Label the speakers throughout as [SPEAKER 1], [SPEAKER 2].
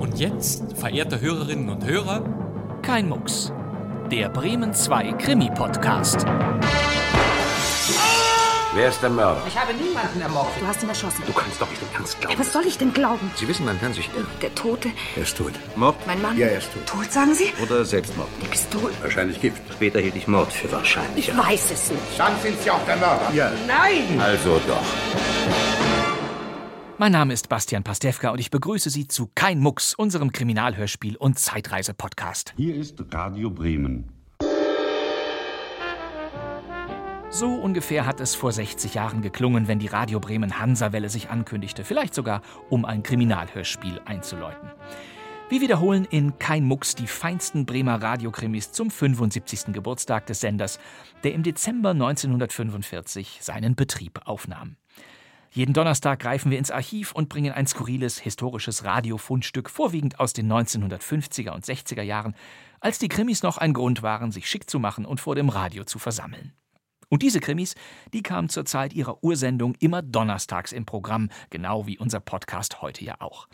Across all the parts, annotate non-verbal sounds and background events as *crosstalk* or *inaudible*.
[SPEAKER 1] Und jetzt, verehrte Hörerinnen und Hörer,
[SPEAKER 2] Kein Mucks. Der Bremen 2 Krimi-Podcast.
[SPEAKER 3] Wer ist der Mörder?
[SPEAKER 4] Ich habe niemanden ermordet.
[SPEAKER 5] Du hast ihn erschossen.
[SPEAKER 3] Du kannst doch nicht im Ernst glauben.
[SPEAKER 5] Was soll ich denn glauben?
[SPEAKER 3] Sie wissen, man kann sich irren.
[SPEAKER 5] Der Tote,
[SPEAKER 3] Er ist tot.
[SPEAKER 5] mein Mann.
[SPEAKER 3] Ja, er ist tot.
[SPEAKER 5] Tot, sagen Sie?
[SPEAKER 3] Oder Selbstmord.
[SPEAKER 5] Die Pistole.
[SPEAKER 3] Wahrscheinlich Gift. Später hielt ich Mord für wahrscheinlich.
[SPEAKER 5] Ich weiß es nicht.
[SPEAKER 3] Dann sind Sie auch der Mörder. Ja.
[SPEAKER 4] Nein!
[SPEAKER 3] Also doch.
[SPEAKER 2] Mein Name ist Bastian Pastewka und ich begrüße Sie zu Kein Mucks, unserem Kriminalhörspiel und Zeitreise-Podcast.
[SPEAKER 6] Hier ist Radio Bremen.
[SPEAKER 2] So ungefähr hat es vor 60 Jahren geklungen, wenn die Radio Bremen Hansawelle sich ankündigte, vielleicht sogar um ein Kriminalhörspiel einzuläuten. Wir wiederholen in Kein Mucks die feinsten Bremer Radiokrimis zum 75. Geburtstag des Senders, der im Dezember 1945 seinen Betrieb aufnahm. Jeden Donnerstag greifen wir ins Archiv und bringen ein skurriles historisches Radiofundstück, vorwiegend aus den 1950er und 60er Jahren, als die Krimis noch ein Grund waren, sich schick zu machen und vor dem Radio zu versammeln. Und diese Krimis, die kamen zur Zeit ihrer Ursendung immer donnerstags im Programm, genau wie unser Podcast heute ja auch.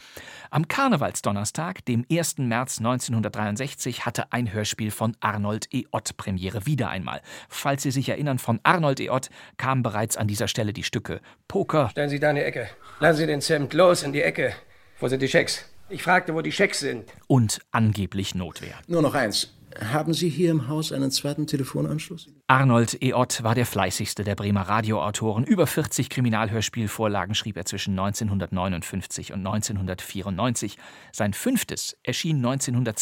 [SPEAKER 2] Am Karnevalsdonnerstag, dem 1. März 1963, hatte ein Hörspiel von Arnold E. Ott Premiere wieder einmal. Falls Sie sich erinnern, von Arnold E. Ott kamen bereits an dieser Stelle die Stücke Poker,
[SPEAKER 4] Stellen Sie da in die Ecke. Lassen Sie den Zimt los in die Ecke. Wo sind die Schecks? Ich fragte, wo die Schecks sind.
[SPEAKER 2] und angeblich Notwehr.
[SPEAKER 7] Nur noch eins. Haben Sie hier im Haus einen zweiten Telefonanschluss?
[SPEAKER 2] Arnold E. Ott war der fleißigste der Bremer Radioautoren. Über 40 Kriminalhörspielvorlagen schrieb er zwischen 1959 und 1994. Sein fünftes erschien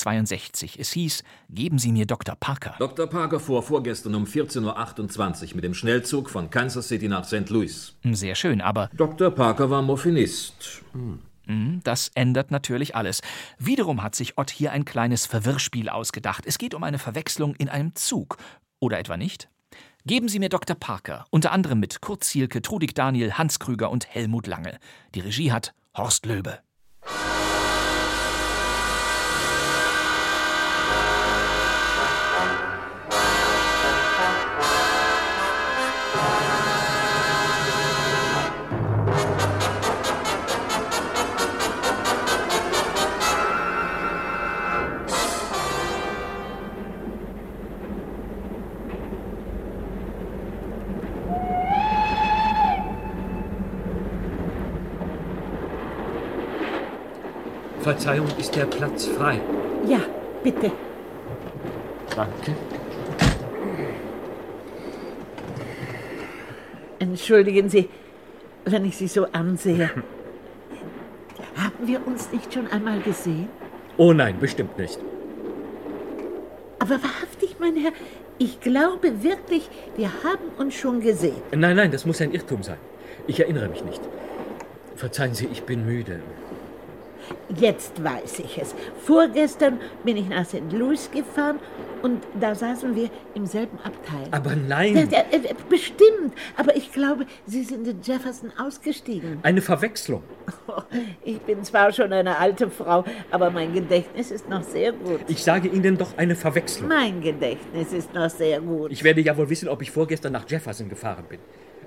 [SPEAKER 2] 1962. Es hieß Geben Sie mir Dr. Parker.
[SPEAKER 8] Dr. Parker fuhr vorgestern um 14.28 Uhr mit dem Schnellzug von Kansas City nach St. Louis.
[SPEAKER 2] Sehr schön, aber
[SPEAKER 8] Dr. Parker war Morphinist.
[SPEAKER 2] Das ändert natürlich alles. Wiederum hat sich Ott hier ein kleines Verwirrspiel ausgedacht. Es geht um eine Verwechslung in einem Zug. Oder etwa nicht? Geben Sie mir Dr. Parker, unter anderem mit Kurt Zielke, Trudig Daniel, Hans Krüger und Helmut Lange. Die Regie hat Horst Löbe.
[SPEAKER 9] Verzeihung, ist der Platz frei?
[SPEAKER 10] Ja, bitte.
[SPEAKER 9] Danke.
[SPEAKER 10] Entschuldigen Sie, wenn ich Sie so
[SPEAKER 5] *laughs*
[SPEAKER 10] ansehe. Haben wir uns nicht schon einmal gesehen?
[SPEAKER 9] Oh nein, bestimmt nicht.
[SPEAKER 10] Aber wahrhaftig, mein Herr, ich glaube wirklich, wir haben uns schon gesehen.
[SPEAKER 9] Nein, nein, das muss ein Irrtum sein. Ich erinnere mich nicht. Verzeihen Sie, ich bin müde.
[SPEAKER 10] Jetzt weiß ich es. Vorgestern bin ich nach St. Louis gefahren und da saßen wir im selben Abteil.
[SPEAKER 9] Aber
[SPEAKER 10] Ja,
[SPEAKER 9] nein,
[SPEAKER 10] ja, äh, Bestimmt, aber ich glaube, Sie sind in Jefferson ausgestiegen.
[SPEAKER 9] eine Verwechslung.
[SPEAKER 10] *laughs* Ich bin zwar schon eine alte Frau, aber mein Gedächtnis ist noch sehr gut.
[SPEAKER 9] Ich sage Ihnen doch eine Verwechslung.
[SPEAKER 10] Mein Gedächtnis ist noch sehr gut.
[SPEAKER 9] Ich werde ja wohl wissen, ob ich vorgestern nach Jefferson gefahren bin.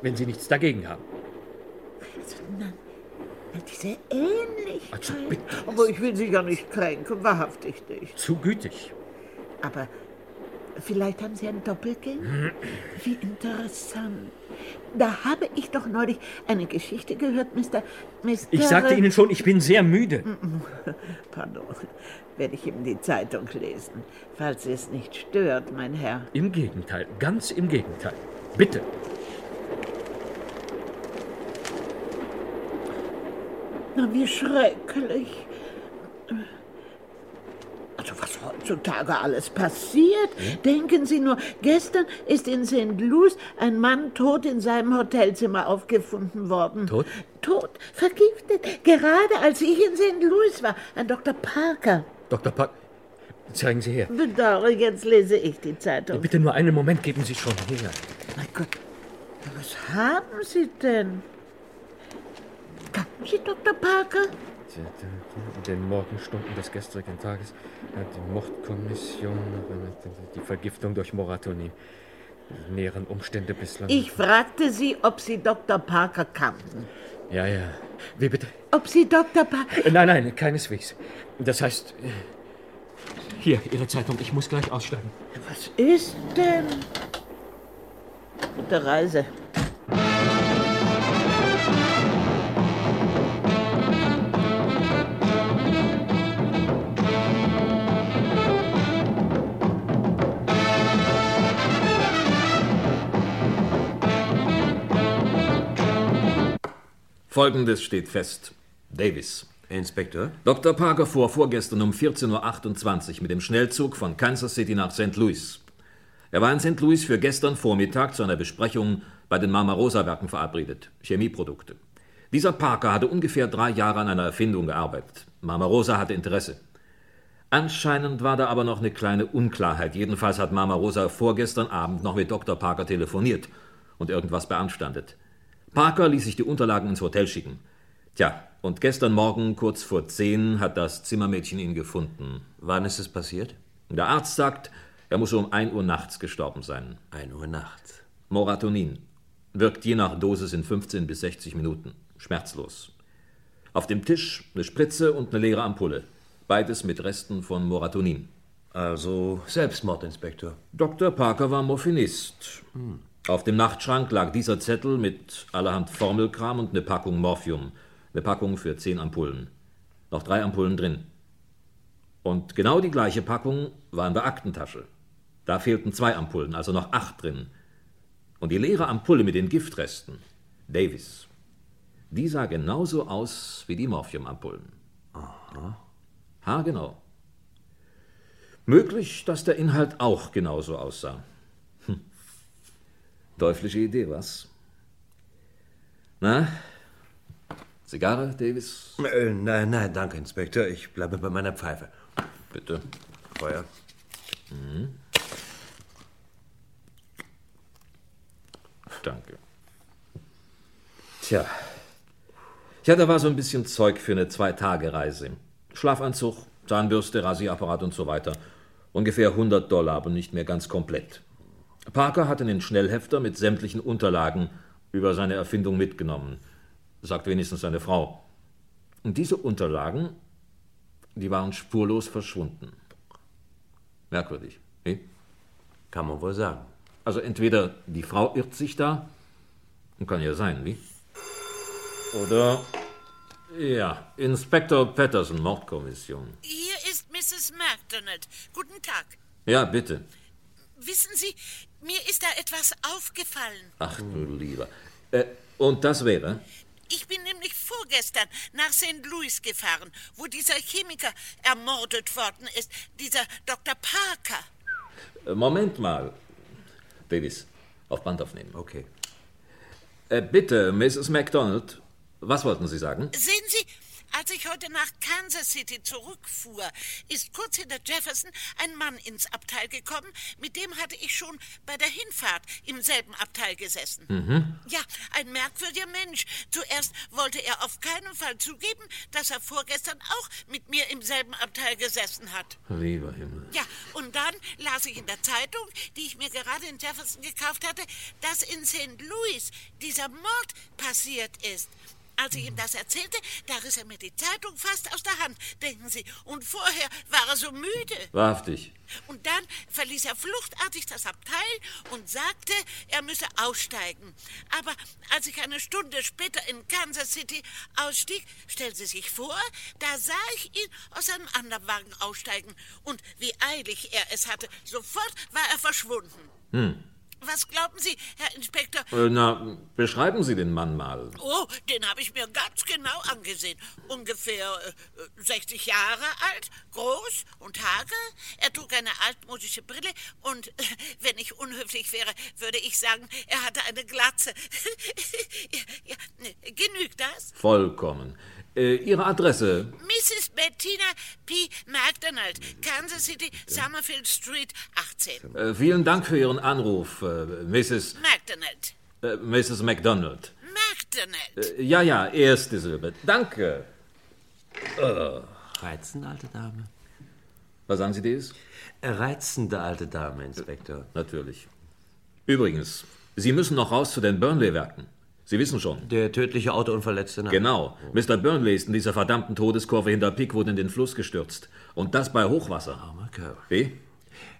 [SPEAKER 9] Wenn Sie nichts dagegen haben.
[SPEAKER 10] Diese Ähnlichkeit.
[SPEAKER 9] Also bitte.
[SPEAKER 10] Aber ich will sie ja nicht kränken, wahrhaftig nicht.
[SPEAKER 9] Zu gütig.
[SPEAKER 10] Aber vielleicht haben Sie ein
[SPEAKER 9] *clears throat*
[SPEAKER 10] Doppelgänger? Wie interessant. Da habe ich doch neulich eine Geschichte gehört, Mr. Mr.
[SPEAKER 9] Ich sagte Ihnen schon, ich bin sehr müde.
[SPEAKER 10] Pardon, werde ich ihm die Zeitung lesen, falls es nicht stört, mein Herr.
[SPEAKER 9] Im Gegenteil, ganz im Gegenteil. Bitte.
[SPEAKER 10] Na, wie schrecklich. Also was heutzutage alles passiert. Denken Sie nur, gestern ist in St. Louis ein Mann tot in seinem Hotelzimmer aufgefunden worden.
[SPEAKER 9] Tot?
[SPEAKER 10] Tot, vergiftet. Gerade als ich in St. Louis war, ein Dr. Parker.
[SPEAKER 9] Dr. Parker, zeigen Sie her.
[SPEAKER 10] Bedauere, jetzt lese ich die Zeitung.
[SPEAKER 9] Bitte nur einen Moment, geben Sie schon her.
[SPEAKER 10] Mein Gott, was haben Sie denn? Kannten Sie Dr. Parker?
[SPEAKER 9] In den Morgenstunden des gestrigen Tages hat die Mordkommission die Vergiftung durch Moratonin. Die näheren Umstände bislang.
[SPEAKER 10] Ich fragte Sie, ob Sie Dr. Parker kannten.
[SPEAKER 9] Ja, ja.
[SPEAKER 7] Wie bitte?
[SPEAKER 11] Ob Sie Dr. Ba
[SPEAKER 7] Äh, Nein, nein, keineswegs. Das heißt. äh, Hier, Ihre Zeitung. Ich muss gleich aussteigen.
[SPEAKER 11] Was ist ähm, denn? Gute Reise.
[SPEAKER 9] Folgendes steht fest. Davis.
[SPEAKER 12] Inspektor?
[SPEAKER 9] Dr. Parker fuhr vorgestern um 14.28 Uhr mit dem Schnellzug von Kansas City nach St. Louis. Er war in St. Louis für gestern Vormittag zu einer Besprechung bei den Marmarosa-Werken verabredet, Chemieprodukte. Dieser Parker hatte ungefähr drei Jahre an einer Erfindung gearbeitet. Marmarosa hatte Interesse. Anscheinend war da aber noch eine kleine Unklarheit. Jedenfalls hat Marmarosa vorgestern Abend noch mit Dr. Parker telefoniert und irgendwas beanstandet. Parker ließ sich die Unterlagen ins Hotel schicken. Tja, und gestern Morgen kurz vor zehn hat das Zimmermädchen ihn gefunden.
[SPEAKER 12] Wann ist es passiert?
[SPEAKER 9] Der Arzt sagt, er muss um 1 Uhr nachts gestorben sein.
[SPEAKER 12] 1 Uhr nachts.
[SPEAKER 9] Moratonin wirkt je nach Dosis in 15 bis 60 Minuten. Schmerzlos. Auf dem Tisch eine Spritze und eine leere Ampulle. Beides mit Resten von Moratonin.
[SPEAKER 12] Also Selbstmord, Inspektor.
[SPEAKER 9] Dr. Parker war Morphinist. Auf dem Nachtschrank lag dieser Zettel mit allerhand Formelkram und eine Packung Morphium. Eine Packung für zehn Ampullen. Noch drei Ampullen drin. Und genau die gleiche Packung war in der Aktentasche. Da fehlten zwei Ampullen, also noch acht drin. Und die leere Ampulle mit den Giftresten, Davis, die sah genauso aus wie die Morphiumampullen. Aha. Haargenau. Möglich, dass der Inhalt auch genauso aussah. Hm. Teuflische Idee, was? Na? Zigarre, Davis?
[SPEAKER 12] Äh, nein, nein, danke, Inspektor. Ich bleibe bei meiner Pfeife.
[SPEAKER 9] Bitte.
[SPEAKER 12] Feuer.
[SPEAKER 9] Danke. Tja. Ja, da war so ein bisschen Zeug für eine Zwei-Tage-Reise. Schlafanzug, Zahnbürste, Rasierapparat und so weiter. Ungefähr 100 Dollar, aber nicht mehr ganz komplett. Parker hat einen Schnellhefter mit sämtlichen Unterlagen über seine Erfindung mitgenommen, sagt wenigstens seine Frau. Und diese Unterlagen, die waren spurlos verschwunden. Merkwürdig. Wie?
[SPEAKER 12] Kann man wohl sagen.
[SPEAKER 9] Also entweder die Frau irrt sich da, kann ja sein, wie? Oder ja, Inspektor Patterson, Mordkommission.
[SPEAKER 10] Hier ist Mrs. MacDonald. Guten Tag.
[SPEAKER 9] Ja, bitte.
[SPEAKER 10] Wissen Sie, mir ist da etwas aufgefallen.
[SPEAKER 9] Ach du lieber. Äh, und das wäre?
[SPEAKER 10] Ich bin nämlich vorgestern nach St. Louis gefahren, wo dieser Chemiker ermordet worden ist, dieser Dr. Parker.
[SPEAKER 9] Äh, Moment mal. Davis, auf Band aufnehmen.
[SPEAKER 12] Okay.
[SPEAKER 9] Äh, bitte, Mrs. MacDonald, was wollten Sie sagen?
[SPEAKER 10] Sehen Sie, als ich heute nach Kansas City zurückfuhr, ist kurz hinter Jefferson ein Mann ins Abteil gekommen, mit dem hatte ich schon bei der Hinfahrt im selben Abteil gesessen. Ja, ein merkwürdiger Mensch. Zuerst wollte er auf keinen Fall zugeben, dass er vorgestern auch mit mir im selben Abteil gesessen hat.
[SPEAKER 9] Lieber Himmel.
[SPEAKER 10] Ja, und dann las ich in der Zeitung, die ich mir gerade in Jefferson gekauft hatte, dass in St. Louis dieser Mord passiert ist. Als ich ihm das erzählte, da riss er mir die Zeitung fast aus der Hand, denken Sie. Und vorher war er so müde.
[SPEAKER 9] Wahrhaftig.
[SPEAKER 10] Und dann verließ er fluchtartig das Abteil und sagte, er müsse aussteigen. Aber als ich eine Stunde später in Kansas City ausstieg, stellen Sie sich vor, da sah ich ihn aus einem anderen Wagen aussteigen. Und wie eilig er es hatte, sofort war er verschwunden. Was glauben Sie, Herr Inspektor?
[SPEAKER 9] Äh, na, beschreiben Sie den Mann mal.
[SPEAKER 10] Oh, den habe ich mir ganz genau angesehen. Ungefähr äh, 60 Jahre alt, groß und hager. Er trug eine altmodische Brille und, äh, wenn ich unhöflich wäre, würde ich sagen, er hatte eine Glatze. *laughs* ja, ja, genügt das?
[SPEAKER 9] Vollkommen. Äh, Ihre Adresse,
[SPEAKER 10] Mrs. Bettina P. McDonald, Kansas City, Summerfield Street, 18.
[SPEAKER 9] Äh, vielen Dank für Ihren Anruf, äh, Mrs.
[SPEAKER 10] McDonald.
[SPEAKER 9] Äh, Mrs. McDonald.
[SPEAKER 10] McDonald.
[SPEAKER 9] Äh, ja, ja, erste Silbe. Danke.
[SPEAKER 12] Reizende alte Dame.
[SPEAKER 9] Was sagen Sie das?
[SPEAKER 12] Äh, Reizende alte Dame, Inspektor.
[SPEAKER 9] Natürlich. Übrigens, Sie müssen noch raus zu den Burnley-Werken. Sie wissen schon.
[SPEAKER 12] Der tödliche Autounfall letzte Nacht.
[SPEAKER 9] Genau. Mr. Burnley ist in dieser verdammten Todeskurve hinter Pickwood in den Fluss gestürzt. Und das bei Hochwasser.
[SPEAKER 12] Armer Kerl.
[SPEAKER 9] Wie?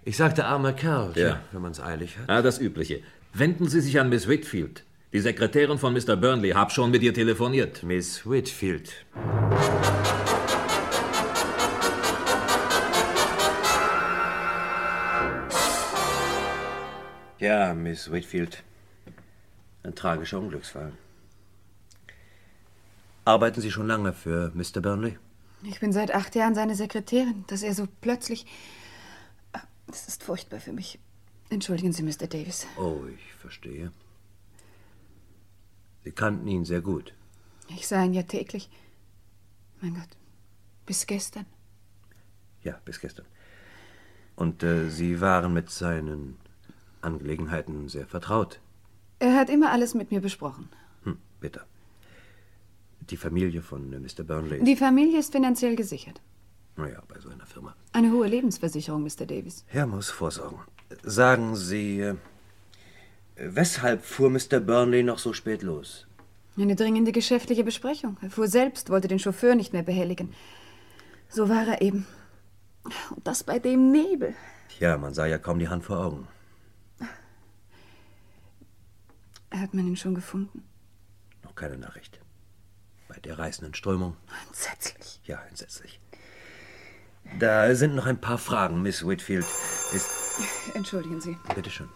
[SPEAKER 12] Ich sagte armer Kerl,
[SPEAKER 9] Ja.
[SPEAKER 12] tja, wenn man es eilig hat.
[SPEAKER 9] Ah, das Übliche. Wenden Sie sich an Miss Whitfield. Die Sekretärin von Mr. Burnley. Hab schon mit ihr telefoniert.
[SPEAKER 12] Miss Whitfield. Ja, Miss Whitfield. Ein tragischer Unglücksfall. Arbeiten Sie schon lange für Mr. Burnley?
[SPEAKER 13] Ich bin seit acht Jahren seine Sekretärin, dass er so plötzlich. Ah, Das ist furchtbar für mich. Entschuldigen Sie, Mr. Davis.
[SPEAKER 12] Oh, ich verstehe. Sie kannten ihn sehr gut.
[SPEAKER 13] Ich sah ihn ja täglich. Mein Gott, bis gestern.
[SPEAKER 12] Ja, bis gestern. Und äh, Sie waren mit seinen Angelegenheiten sehr vertraut.
[SPEAKER 13] Er hat immer alles mit mir besprochen.
[SPEAKER 12] Hm, bitter. Die Familie von äh, Mr. Burnley.
[SPEAKER 13] Die Familie ist finanziell gesichert.
[SPEAKER 12] naja, bei so einer Firma.
[SPEAKER 13] Eine hohe Lebensversicherung, Mr. Davis.
[SPEAKER 12] Er muss vorsorgen. Sagen Sie, äh, weshalb fuhr Mr. Burnley noch so spät los?
[SPEAKER 13] Eine dringende geschäftliche Besprechung. Er fuhr selbst, wollte den Chauffeur nicht mehr behelligen. So war er eben. Und das bei dem Nebel.
[SPEAKER 12] Tja, man sah ja kaum die Hand vor Augen.
[SPEAKER 13] Hat man ihn schon gefunden?
[SPEAKER 12] Noch keine Nachricht. Bei der reißenden Strömung.
[SPEAKER 13] Entsetzlich.
[SPEAKER 12] Ja, entsetzlich. Da sind noch ein paar Fragen, Miss Whitfield. Ist,
[SPEAKER 13] Entschuldigen Sie.
[SPEAKER 12] bitteschön.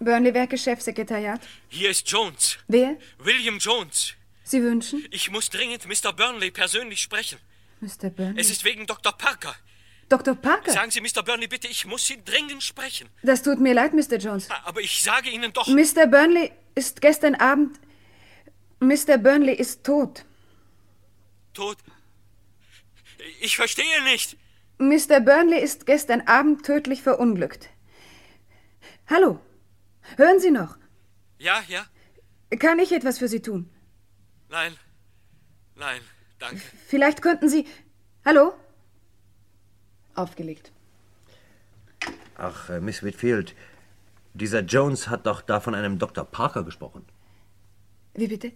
[SPEAKER 13] Burnley Werke Chefsekretariat.
[SPEAKER 14] Hier ist Jones.
[SPEAKER 13] Wer?
[SPEAKER 14] William Jones.
[SPEAKER 13] Sie wünschen?
[SPEAKER 14] Ich muss dringend Mr. Burnley persönlich sprechen.
[SPEAKER 13] Mr. Burnley.
[SPEAKER 14] Es ist wegen Dr. Parker.
[SPEAKER 13] Dr. Parker?
[SPEAKER 14] Sagen Sie Mr. Burnley bitte, ich muss Sie dringend sprechen.
[SPEAKER 13] Das tut mir leid, Mr. Jones.
[SPEAKER 14] Aber ich sage Ihnen doch.
[SPEAKER 13] Mr. Burnley ist gestern Abend. Mr. Burnley ist tot.
[SPEAKER 14] Tot. Ich verstehe nicht.
[SPEAKER 13] Mr. Burnley ist gestern Abend tödlich verunglückt. Hallo. Hören Sie noch?
[SPEAKER 14] Ja, ja?
[SPEAKER 13] Kann ich etwas für Sie tun?
[SPEAKER 14] Nein. Nein, danke.
[SPEAKER 13] Vielleicht könnten Sie. Hallo? Aufgelegt.
[SPEAKER 12] Ach, äh, Miss Whitfield, dieser Jones hat doch da von einem Dr. Parker gesprochen.
[SPEAKER 13] Wie bitte?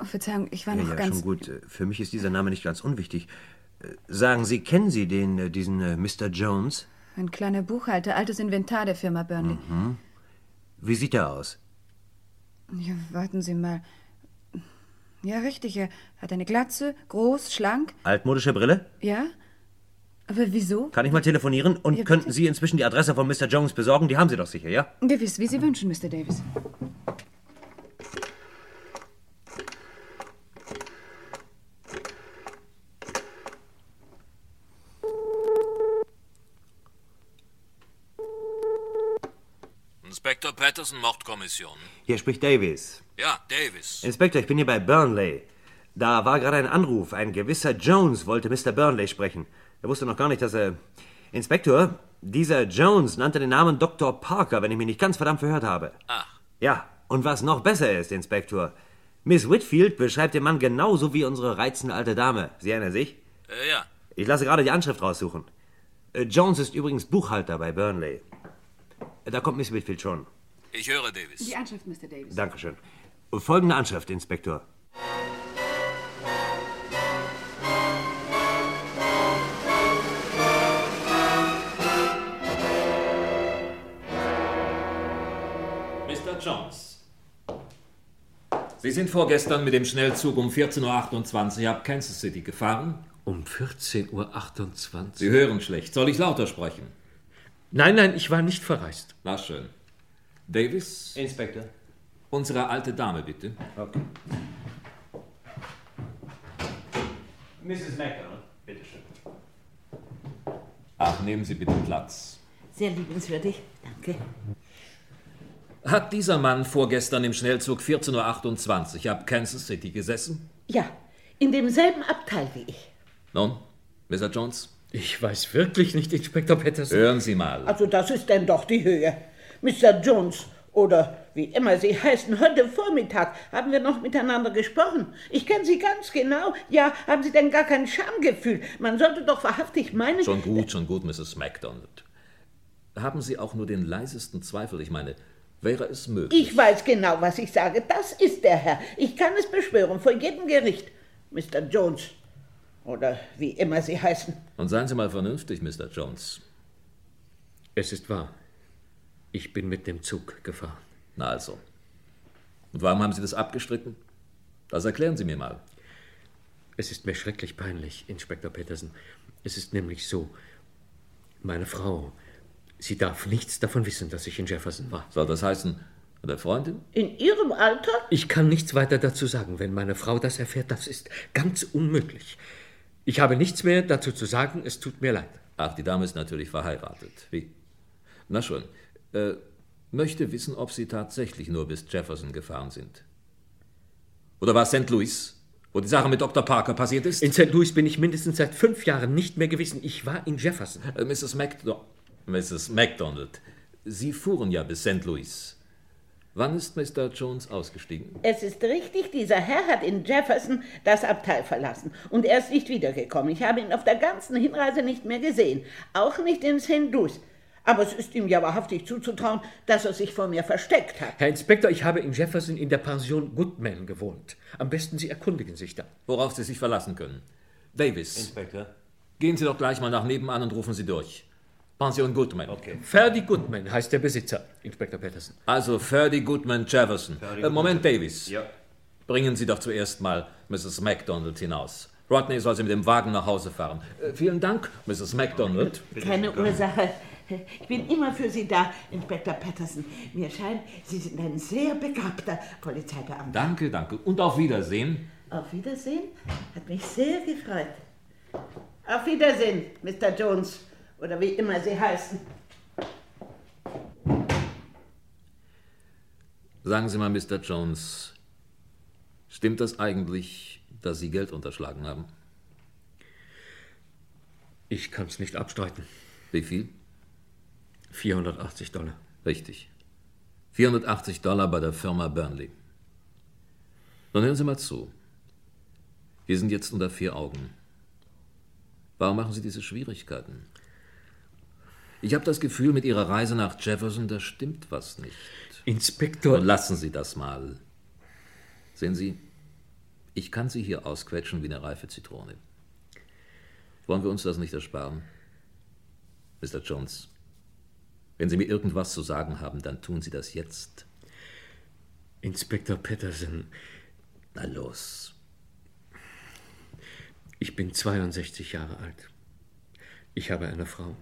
[SPEAKER 13] Oh, Verzeihung, ich war
[SPEAKER 12] Ja,
[SPEAKER 13] noch
[SPEAKER 12] ja,
[SPEAKER 13] ganz.
[SPEAKER 12] schon gut. Äh, Für mich ist dieser Name nicht ganz unwichtig. Äh, Sagen Sie, kennen Sie den, äh, diesen äh, Mr. Jones?
[SPEAKER 13] Ein kleiner Buchhalter, altes Inventar der Firma Burnley.
[SPEAKER 12] Mhm. Wie sieht er aus?
[SPEAKER 13] Ja, warten Sie mal. Ja, richtig, er hat eine Glatze, groß, schlank.
[SPEAKER 12] Altmodische Brille?
[SPEAKER 13] Ja? Aber wieso?
[SPEAKER 12] Kann ich mal telefonieren? Und könnten Sie inzwischen die Adresse von Mr. Jones besorgen? Die haben Sie doch sicher, ja?
[SPEAKER 13] Gewiss, wie Sie wünschen, Mr. Davis.
[SPEAKER 9] Inspektor Patterson, Mordkommission.
[SPEAKER 12] Hier spricht Davis.
[SPEAKER 9] Ja, Davis.
[SPEAKER 12] Inspektor, ich bin hier bei Burnley. Da war gerade ein Anruf. Ein gewisser Jones wollte Mr. Burnley sprechen. Er wusste noch gar nicht, dass er... Inspektor, dieser Jones nannte den Namen Dr. Parker, wenn ich mich nicht ganz verdammt verhört habe.
[SPEAKER 9] Ah.
[SPEAKER 12] Ja, und was noch besser ist, Inspektor. Miss Whitfield beschreibt den Mann genauso wie unsere reizende alte Dame. Sie erinnern sich?
[SPEAKER 9] Äh, ja.
[SPEAKER 12] Ich lasse gerade die Anschrift raussuchen. Äh, Jones ist übrigens Buchhalter bei Burnley. Äh, Da kommt Miss Whitfield schon.
[SPEAKER 9] Ich höre, Davis.
[SPEAKER 13] Die Anschrift, Mr. Davis.
[SPEAKER 12] Dankeschön. Folgende Anschrift, Inspektor.
[SPEAKER 9] Mr. Jones. Sie sind vorgestern mit dem Schnellzug um 14.28 Uhr ab Kansas City gefahren?
[SPEAKER 12] Um 14.28 Uhr?
[SPEAKER 9] Sie hören schlecht. Soll ich lauter sprechen?
[SPEAKER 7] Nein, nein, ich war nicht verreist.
[SPEAKER 9] Na schön. Davis?
[SPEAKER 12] Inspektor.
[SPEAKER 9] Unsere alte Dame, bitte.
[SPEAKER 12] Okay. Mrs. McDonald, bitteschön.
[SPEAKER 9] Ach, nehmen Sie bitte Platz.
[SPEAKER 10] Sehr liebenswürdig. Danke.
[SPEAKER 9] Hat dieser Mann vorgestern im Schnellzug 14.28 Uhr ab Kansas City gesessen?
[SPEAKER 10] Ja, in demselben Abteil wie ich.
[SPEAKER 9] Nun, Mr. Jones?
[SPEAKER 7] Ich weiß wirklich nicht, Inspektor Patterson.
[SPEAKER 9] Hören Sie mal.
[SPEAKER 10] Also das ist denn doch die Höhe. Mr. Jones oder wie immer Sie heißen, heute Vormittag haben wir noch miteinander gesprochen. Ich kenne Sie ganz genau. Ja, haben Sie denn gar kein Schamgefühl? Man sollte doch wahrhaftig meinen...
[SPEAKER 9] Schon gut, schon gut, Mrs. MacDonald. Haben Sie auch nur den leisesten Zweifel? Ich meine, Wäre es möglich?
[SPEAKER 10] Ich weiß genau, was ich sage. Das ist der Herr. Ich kann es beschwören, vor jedem Gericht. Mr. Jones. Oder wie immer Sie heißen.
[SPEAKER 9] Und seien Sie mal vernünftig, Mr. Jones.
[SPEAKER 12] Es ist wahr. Ich bin mit dem Zug gefahren.
[SPEAKER 9] Na also. Und warum haben Sie das abgestritten? Das erklären Sie mir mal.
[SPEAKER 12] Es ist mir schrecklich peinlich, Inspektor Petersen. Es ist nämlich so, meine Frau, sie darf nichts davon wissen, dass ich in Jefferson war.
[SPEAKER 9] Soll das heißen, oder Freundin?
[SPEAKER 10] In Ihrem Alter?
[SPEAKER 12] Ich kann nichts weiter dazu sagen. Wenn meine Frau das erfährt, das ist ganz unmöglich. Ich habe nichts mehr dazu zu sagen. Es tut mir leid.
[SPEAKER 9] Ach, die Dame ist natürlich verheiratet. Wie? Na schon. Äh, möchte wissen, ob Sie tatsächlich nur bis Jefferson gefahren sind. Oder war es St. Louis, wo die Sache mit Dr. Parker passiert ist?
[SPEAKER 12] In St. Louis bin ich mindestens seit fünf Jahren nicht mehr gewesen. Ich war in Jefferson.
[SPEAKER 9] Äh, Mrs. McDonald. Mrs. MacDonald, Sie fuhren ja bis St. Louis. Wann ist Mr. Jones ausgestiegen?
[SPEAKER 10] Es ist richtig, dieser Herr hat in Jefferson das Abteil verlassen und er ist nicht wiedergekommen. Ich habe ihn auf der ganzen Hinreise nicht mehr gesehen, auch nicht in St. Louis. Aber es ist ihm ja wahrhaftig zuzutrauen, dass er sich vor mir versteckt hat.
[SPEAKER 12] Herr Inspektor, ich habe in Jefferson in der Pension Goodman gewohnt. Am besten Sie erkundigen sich da.
[SPEAKER 9] Worauf Sie sich verlassen können. Davis.
[SPEAKER 15] Inspektor.
[SPEAKER 9] Gehen Sie doch gleich mal nach nebenan und rufen Sie durch. Pension Goodman.
[SPEAKER 15] Okay.
[SPEAKER 12] Ferdi Goodman heißt der Besitzer, Inspektor Peterson.
[SPEAKER 9] Also Ferdi Goodman Jefferson.
[SPEAKER 15] Ferdi
[SPEAKER 9] äh, Moment,
[SPEAKER 15] Goodman.
[SPEAKER 9] Davis.
[SPEAKER 15] Ja.
[SPEAKER 9] Bringen Sie doch zuerst mal Mrs. MacDonald hinaus. Rodney soll sie mit dem Wagen nach Hause fahren. Äh, vielen Dank, Mrs. MacDonald.
[SPEAKER 10] Keine Ursache. Ich bin immer für Sie da, Inspektor Patterson. Mir scheint, Sie sind ein sehr begabter Polizeibeamter.
[SPEAKER 9] Danke, danke. Und auf Wiedersehen.
[SPEAKER 10] Auf Wiedersehen. Hat mich sehr gefreut. Auf Wiedersehen, Mr. Jones. Oder wie immer Sie heißen.
[SPEAKER 9] Sagen Sie mal, Mr. Jones, stimmt das eigentlich, dass Sie Geld unterschlagen haben?
[SPEAKER 12] Ich kann es nicht abstreiten.
[SPEAKER 9] Wie viel?
[SPEAKER 12] 480 Dollar.
[SPEAKER 9] Richtig. 480 Dollar bei der Firma Burnley. Nun hören Sie mal zu. Wir sind jetzt unter vier Augen. Warum machen Sie diese Schwierigkeiten? Ich habe das Gefühl, mit Ihrer Reise nach Jefferson, da stimmt was nicht.
[SPEAKER 12] Inspektor.
[SPEAKER 9] Und lassen Sie das mal. Sehen Sie, ich kann Sie hier ausquetschen wie eine reife Zitrone. Wollen wir uns das nicht ersparen? Mr. Jones, wenn Sie mir irgendwas zu sagen haben, dann tun Sie das jetzt.
[SPEAKER 12] Inspektor Peterson,
[SPEAKER 9] Na los.
[SPEAKER 12] ich bin 62 Jahre alt. Ich habe eine Frau.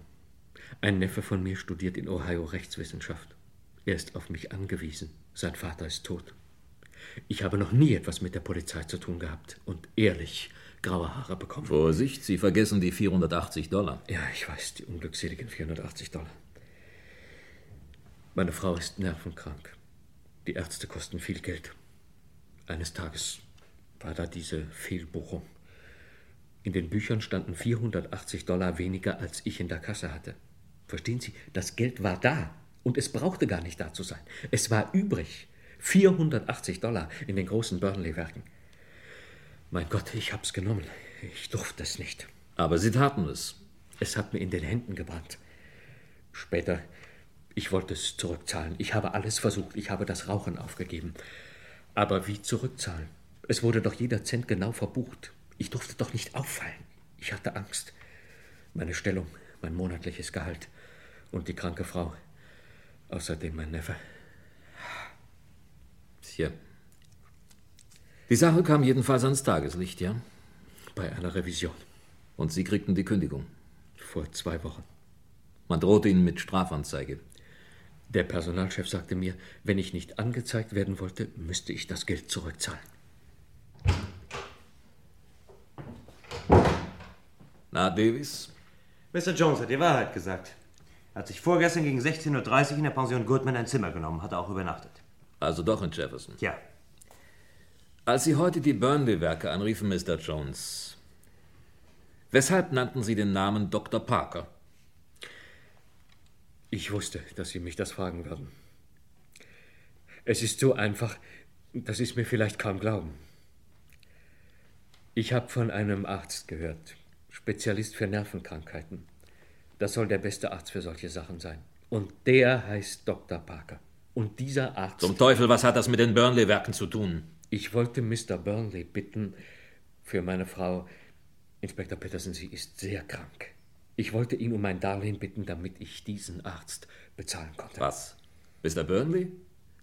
[SPEAKER 12] Ein Neffe von mir studiert in Ohio Rechtswissenschaft. Er ist auf mich angewiesen. Sein Vater ist tot. Ich habe noch nie etwas mit der Polizei zu tun gehabt und ehrlich graue Haare bekommen.
[SPEAKER 9] Vorsicht, Sie vergessen die 480 Dollar.
[SPEAKER 12] Ja, ich weiß, die unglückseligen 480 Dollar. Meine Frau ist nervenkrank. Die Ärzte kosten viel Geld. Eines Tages war da diese Fehlbuchung. In den Büchern standen 480 Dollar weniger, als ich in der Kasse hatte. Verstehen Sie, das Geld war da und es brauchte gar nicht da zu sein. Es war übrig. 480 Dollar in den großen Burnley-Werken. Mein Gott, ich hab's genommen. Ich durfte es nicht.
[SPEAKER 9] Aber Sie taten es.
[SPEAKER 12] Es hat mir in den Händen gebrannt. Später, ich wollte es zurückzahlen. Ich habe alles versucht. Ich habe das Rauchen aufgegeben. Aber wie zurückzahlen? Es wurde doch jeder Cent genau verbucht. Ich durfte doch nicht auffallen. Ich hatte Angst. Meine Stellung, mein monatliches Gehalt und die kranke Frau. Außerdem mein Neffe.
[SPEAKER 9] Tja. Die Sache kam jedenfalls ans Tageslicht, ja?
[SPEAKER 12] Bei einer Revision.
[SPEAKER 9] Und Sie kriegten die Kündigung.
[SPEAKER 12] Vor zwei Wochen.
[SPEAKER 9] Man drohte Ihnen mit Strafanzeige.
[SPEAKER 12] Der Personalchef sagte mir, wenn ich nicht angezeigt werden wollte, müsste ich das Geld zurückzahlen.
[SPEAKER 9] Na, Davis?
[SPEAKER 15] Mr. Jones hat die Wahrheit gesagt. Er hat sich vorgestern gegen 16.30 Uhr in der Pension Goodman ein Zimmer genommen, hat er auch übernachtet.
[SPEAKER 9] Also doch in Jefferson.
[SPEAKER 15] Tja,
[SPEAKER 9] Als Sie heute die Burnley-Werke anriefen, Mr. Jones, weshalb nannten Sie den Namen Dr. Parker?
[SPEAKER 12] Ich wusste, dass Sie mich das fragen würden. Es ist so einfach, dass Sie es mir vielleicht kaum glauben. Ich habe von einem Arzt gehört, Spezialist für Nervenkrankheiten. Das soll der beste Arzt für solche Sachen sein. Und der heißt Dr. Parker.
[SPEAKER 7] Und dieser Arzt.
[SPEAKER 9] Zum Teufel, was hat das mit den Burnley-Werken zu tun?
[SPEAKER 7] Ich wollte Mr. Burnley bitten, für meine Frau. Inspektor Peterson, sie ist sehr krank. Ich wollte ihn um ein Darlehen bitten, damit ich diesen Arzt bezahlen konnte.
[SPEAKER 9] Was? Mr. Burnley?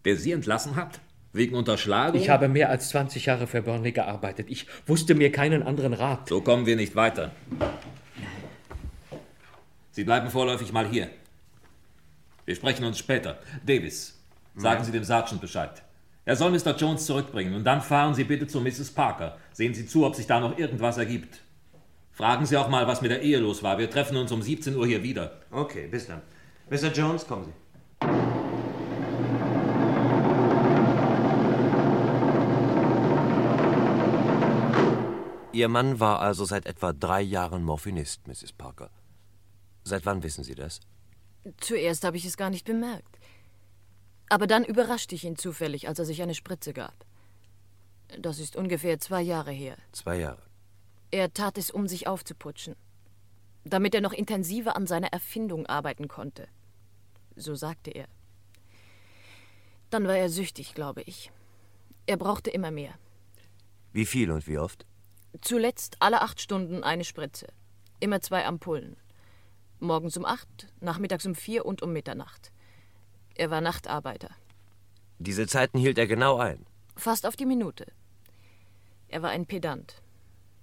[SPEAKER 9] Der Sie entlassen hat? Wegen Unterschlagung?
[SPEAKER 7] Ich habe mehr als 20 Jahre für Burnley gearbeitet. Ich wusste mir keinen anderen Rat.
[SPEAKER 9] So kommen wir nicht weiter. Sie bleiben vorläufig mal hier. Wir sprechen uns später. Davis, sagen Sie dem Sergeant Bescheid. Er soll Mr. Jones zurückbringen und dann fahren Sie bitte zu Mrs. Parker. Sehen Sie zu, ob sich da noch irgendwas ergibt. Fragen Sie auch mal, was mit der Ehe los war. Wir treffen uns um 17 Uhr hier wieder.
[SPEAKER 12] Okay, bis dann. Mr. Jones, kommen Sie. Ihr Mann war also seit etwa drei Jahren Morphinist, Mrs. Parker. Seit wann wissen Sie das?
[SPEAKER 10] Zuerst habe ich es gar nicht bemerkt. Aber dann überraschte ich ihn zufällig, als er sich eine Spritze gab. Das ist ungefähr zwei Jahre her.
[SPEAKER 12] Zwei Jahre.
[SPEAKER 10] Er tat es, um sich aufzuputschen, damit er noch intensiver an seiner Erfindung arbeiten konnte. So sagte er. Dann war er süchtig, glaube ich. Er brauchte immer mehr.
[SPEAKER 12] Wie viel und wie oft?
[SPEAKER 10] Zuletzt alle acht Stunden eine Spritze. Immer zwei Ampullen. Morgens um acht, nachmittags um vier und um Mitternacht. Er war Nachtarbeiter.
[SPEAKER 12] Diese Zeiten hielt er genau ein.
[SPEAKER 10] Fast auf die Minute. Er war ein Pedant.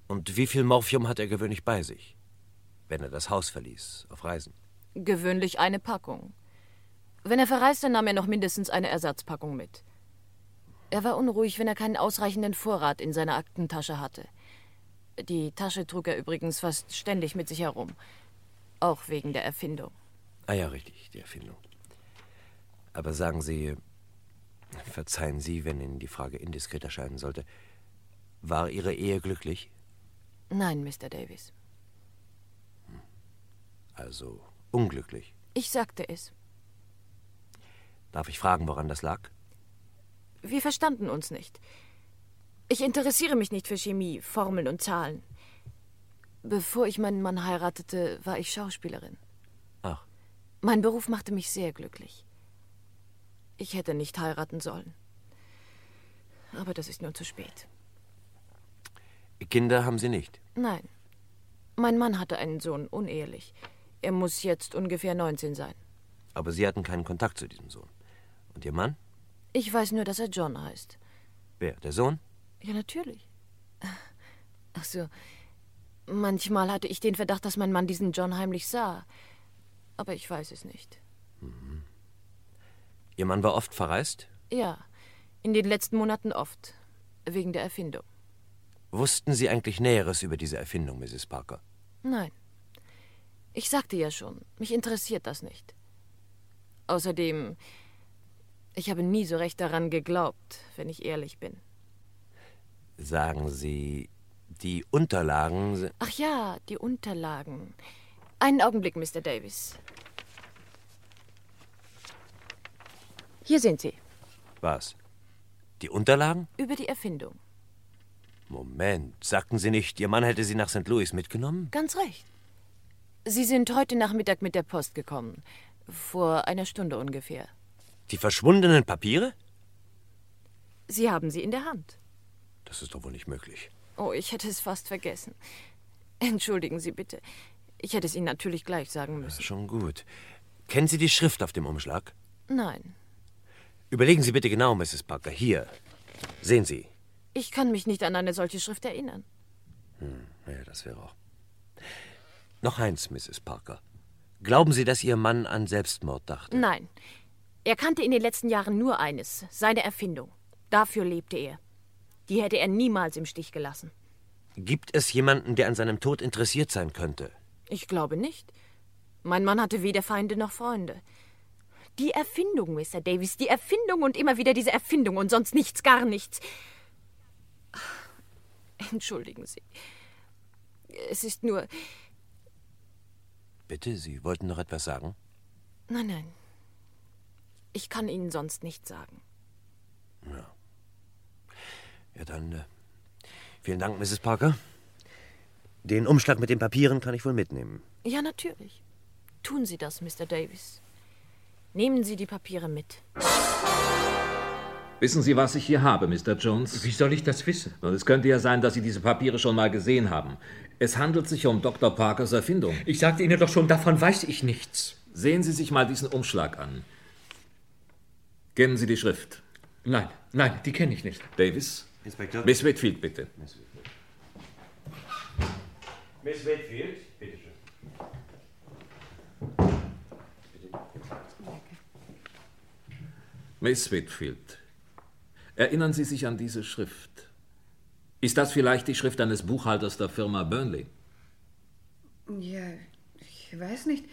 [SPEAKER 12] Und wie viel Morphium hat er gewöhnlich bei sich, wenn er das Haus verließ, auf Reisen?
[SPEAKER 10] Gewöhnlich eine Packung. Wenn er verreiste, nahm er noch mindestens eine Ersatzpackung mit. Er war unruhig, wenn er keinen ausreichenden Vorrat in seiner Aktentasche hatte. Die Tasche trug er übrigens fast ständig mit sich herum. Auch wegen der Erfindung.
[SPEAKER 12] Ah ja, richtig, die Erfindung. Aber sagen Sie, verzeihen Sie, wenn Ihnen die Frage indiskret erscheinen sollte, war Ihre Ehe glücklich?
[SPEAKER 10] Nein, Mr. Davis.
[SPEAKER 12] Also unglücklich.
[SPEAKER 10] Ich sagte es.
[SPEAKER 12] Darf ich fragen, woran das lag?
[SPEAKER 10] Wir verstanden uns nicht. Ich interessiere mich nicht für Chemie, Formeln und Zahlen. Bevor ich meinen Mann heiratete, war ich Schauspielerin.
[SPEAKER 12] Ach.
[SPEAKER 10] Mein Beruf machte mich sehr glücklich. Ich hätte nicht heiraten sollen. Aber das ist nun zu spät.
[SPEAKER 12] Kinder haben Sie nicht.
[SPEAKER 10] Nein. Mein Mann hatte einen Sohn, unehelich. Er muss jetzt ungefähr 19 sein.
[SPEAKER 12] Aber Sie hatten keinen Kontakt zu diesem Sohn. Und Ihr Mann?
[SPEAKER 10] Ich weiß nur, dass er John heißt.
[SPEAKER 12] Wer? Der Sohn?
[SPEAKER 10] Ja, natürlich. Ach so. Manchmal hatte ich den Verdacht, dass mein Mann diesen John heimlich sah. Aber ich weiß es nicht.
[SPEAKER 12] Mhm. Ihr Mann war oft verreist?
[SPEAKER 10] Ja, in den letzten Monaten oft. Wegen der Erfindung.
[SPEAKER 12] Wussten Sie eigentlich Näheres über diese Erfindung, Mrs. Parker?
[SPEAKER 10] Nein. Ich sagte ja schon, mich interessiert das nicht. Außerdem, ich habe nie so recht daran geglaubt, wenn ich ehrlich bin.
[SPEAKER 12] Sagen Sie, die Unterlagen. sind-
[SPEAKER 10] Ach ja, Ah, die Unterlagen. Einen Augenblick, Mr. Davis. Hier sind sie,
[SPEAKER 12] Was? Die Unterlagen?
[SPEAKER 10] über die Erfindung.
[SPEAKER 12] Moment, sagten Sie nicht, Ihr Mann hätte Sie nach St. Louis mitgenommen?
[SPEAKER 10] Ganz recht. Sie sind heute Nachmittag mit der Post gekommen. Vor einer Stunde ungefähr.
[SPEAKER 12] Die verschwundenen Papiere?
[SPEAKER 10] Sie haben sie in der Hand.
[SPEAKER 12] Das ist doch wohl nicht möglich.
[SPEAKER 10] Oh, ich hätte es fast vergessen. Entschuldigen Sie bitte. Ich hätte es Ihnen natürlich gleich sagen müssen.
[SPEAKER 12] Schon gut. Kennen Sie die Schrift auf dem Umschlag?
[SPEAKER 10] Nein,
[SPEAKER 12] Überlegen Sie bitte genau, Mrs. Parker. Hier. Sehen Sie.
[SPEAKER 10] ich kann mich nicht an eine solche Schrift erinnern.
[SPEAKER 12] Hm, ja, das wäre auch. Noch eins, Mrs. Parker. Glauben Sie, dass Ihr Mann an Selbstmord dachte?
[SPEAKER 10] Nein. Er kannte in den letzten Jahren nur eines, seine Erfindung. Dafür lebte er. Die hätte er niemals im Stich gelassen.
[SPEAKER 12] Gibt es jemanden, der an seinem Tod interessiert sein könnte?
[SPEAKER 10] Ich glaube nicht. Mein Mann hatte weder Feinde noch Freunde. Die Erfindung, Mr. Davis, die Erfindung und immer wieder diese Erfindung und sonst nichts, gar nichts. *sighs* Entschuldigen Sie. Es ist nur.
[SPEAKER 12] Bitte, Sie wollten noch etwas sagen?
[SPEAKER 10] Nein, nein. Ich kann Ihnen sonst nichts sagen.
[SPEAKER 12] Ja. Ja, dann. Äh, vielen Dank, Mrs. Parker. Den Umschlag mit den Papieren kann ich wohl mitnehmen.
[SPEAKER 10] Ja, natürlich. Tun Sie das, Mr. Davis.
[SPEAKER 16] Nehmen Sie die Papiere mit.
[SPEAKER 9] Wissen Sie, was ich hier habe, Mr. Jones?
[SPEAKER 7] Wie soll ich das wissen?
[SPEAKER 9] Nun, es könnte ja sein, dass Sie diese Papiere schon mal gesehen haben. Es handelt sich um Dr. Parkers Erfindung.
[SPEAKER 7] Ich sagte Ihnen doch schon, davon weiß ich nichts.
[SPEAKER 9] Sehen Sie sich mal diesen Umschlag an. Kennen Sie die Schrift?
[SPEAKER 7] Nein, nein, die kenne ich nicht.
[SPEAKER 9] Davis?
[SPEAKER 12] Inspektor?
[SPEAKER 9] Miss Whitfield, bitte.
[SPEAKER 12] Miss Whitfield. Miss Whitfield, bitteschön.
[SPEAKER 9] Miss Whitfield, erinnern Sie sich an diese Schrift? Ist das vielleicht die Schrift eines Buchhalters der Firma Burnley?
[SPEAKER 13] Ja, ich weiß nicht.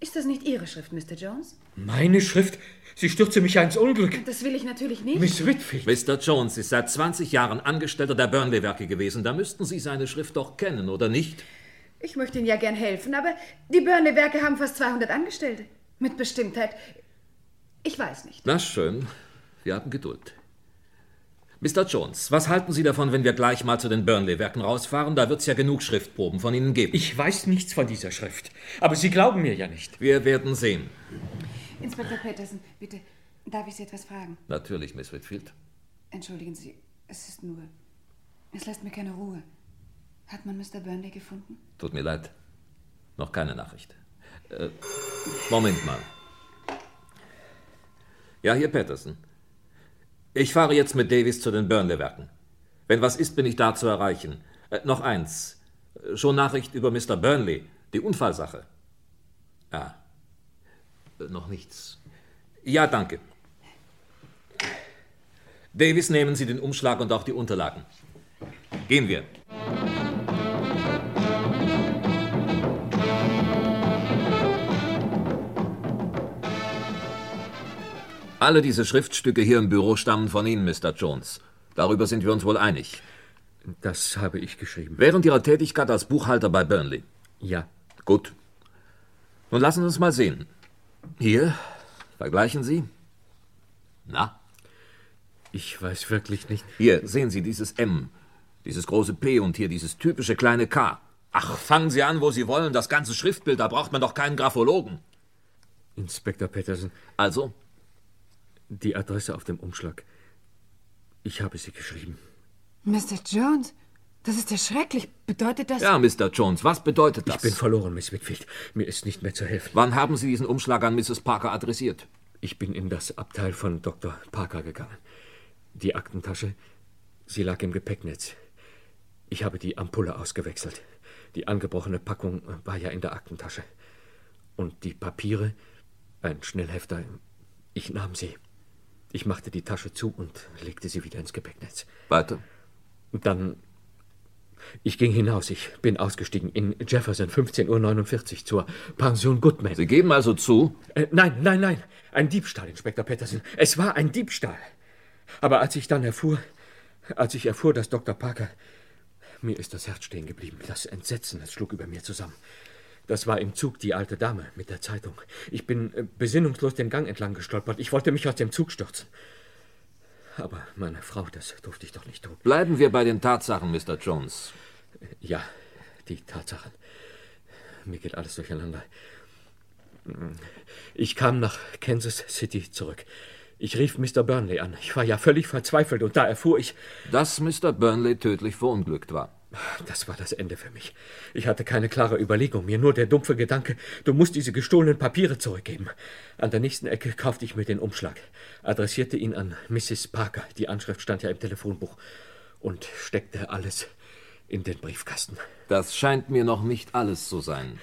[SPEAKER 13] Ist das nicht Ihre Schrift, Mr. Jones?
[SPEAKER 7] Meine Schrift? Sie stürzte mich ja ins Unglück.
[SPEAKER 13] Das will ich natürlich nicht.
[SPEAKER 7] Miss Whitfield.
[SPEAKER 9] Mr. Jones ist seit 20 Jahren Angestellter der Burnley-Werke gewesen. Da müssten Sie seine Schrift doch kennen, oder nicht?
[SPEAKER 13] Ich möchte Ihnen ja gern helfen, aber die Burnley-Werke haben fast 200 Angestellte. Mit Bestimmtheit. Ich weiß nicht.
[SPEAKER 9] Na schön. Wir haben Geduld. Mr. Jones, was halten Sie davon, wenn wir gleich mal zu den Burnley-Werken rausfahren? Da wird's ja genug Schriftproben von Ihnen geben.
[SPEAKER 7] Ich weiß nichts von dieser Schrift. Aber Sie glauben mir ja nicht.
[SPEAKER 9] Wir werden sehen.
[SPEAKER 13] Inspektor Peterson, bitte, darf ich Sie etwas fragen?
[SPEAKER 9] Natürlich, Miss Whitfield.
[SPEAKER 13] Entschuldigen Sie, es ist nur. Es lässt mir keine Ruhe. Hat man Mr. Burnley gefunden?
[SPEAKER 9] Tut mir leid. Noch keine Nachricht. Äh, Moment mal. Ja, hier Peterson. Ich fahre jetzt mit Davis zu den Burnley-Werken. Wenn was ist, bin ich da zu erreichen. Äh, noch eins. Äh, Schon Nachricht über Mr. Burnley, die Unfallsache. Ah. Äh, Noch nichts. Ja, danke. Davis, nehmen Sie den Umschlag und auch die Unterlagen. Gehen wir. Alle diese Schriftstücke hier im Büro stammen von Ihnen, Mr. Jones. Darüber sind wir uns wohl einig.
[SPEAKER 7] Das habe ich geschrieben.
[SPEAKER 9] Während Ihrer Tätigkeit als Buchhalter bei Burnley.
[SPEAKER 7] Ja.
[SPEAKER 9] Gut. Nun lassen Sie uns mal sehen. Hier, vergleichen Sie. Na,
[SPEAKER 7] Ich weiß wirklich nicht.
[SPEAKER 9] hier, sehen Sie dieses M, dieses große P und hier dieses typische kleine K. Ach, fangen Sie an, wo Sie wollen. Das ganze Schriftbild, da braucht man doch keinen Graphologen.
[SPEAKER 7] Inspektor Peterson,
[SPEAKER 9] Also,
[SPEAKER 7] die Adresse auf dem Umschlag. Ich habe sie geschrieben.
[SPEAKER 13] Mr. Jones, das ist ja schrecklich. Bedeutet das.
[SPEAKER 9] ja, Mr. Jones, was bedeutet das?
[SPEAKER 7] Ich bin verloren, Miss Whitfield. Mir ist nicht mehr zu helfen.
[SPEAKER 9] Wann haben Sie diesen Umschlag an Mrs. Parker adressiert?
[SPEAKER 7] Ich bin in das Abteil von Dr. Parker gegangen. Die Aktentasche, sie lag im Gepäcknetz. Ich habe die Ampulle ausgewechselt. Die angebrochene Packung war ja in der Aktentasche. Und die Papiere, ein Schnellhefter, ich nahm sie. Ich machte die Tasche zu und legte sie wieder ins Gepäcknetz.
[SPEAKER 9] Weiter.
[SPEAKER 7] Und Dann. Ich ging hinaus, ich bin ausgestiegen in Jefferson, 15.49 Uhr zur Pension Goodman.
[SPEAKER 9] Sie geben also zu,
[SPEAKER 7] Äh, nein, nein, nein. Ein Diebstahl, Inspektor Peterson. Es war ein Diebstahl. Aber als ich dann erfuhr, als ich erfuhr, dass Dr. Parker. Mir ist das Herz stehen geblieben. Das Entsetzen, das schlug über mir zusammen. Das war im Zug die alte Dame mit der Zeitung. Ich bin äh, besinnungslos den Gang entlang gestolpert. Ich wollte mich aus dem Zug stürzen. Aber meine Frau, das durfte ich doch nicht tun.
[SPEAKER 9] Bleiben wir bei den Tatsachen, Mr. Jones.
[SPEAKER 7] Ja, die Tatsachen. Mir geht alles durcheinander. Ich kam nach Kansas City zurück. Ich rief Mr. Burnley an. Ich war ja völlig verzweifelt und da erfuhr ich,
[SPEAKER 9] Dass Mr. Burnley tödlich verunglückt war.
[SPEAKER 7] das war das Ende für mich. Ich hatte keine klare Überlegung, mir nur der dumpfe Gedanke, du musst diese gestohlenen Papiere zurückgeben. An der nächsten Ecke kaufte ich mir den Umschlag, adressierte ihn an Mrs. Parker, die Anschrift stand ja im Telefonbuch, und steckte alles in den Briefkasten.
[SPEAKER 9] Das scheint mir noch nicht alles zu sein.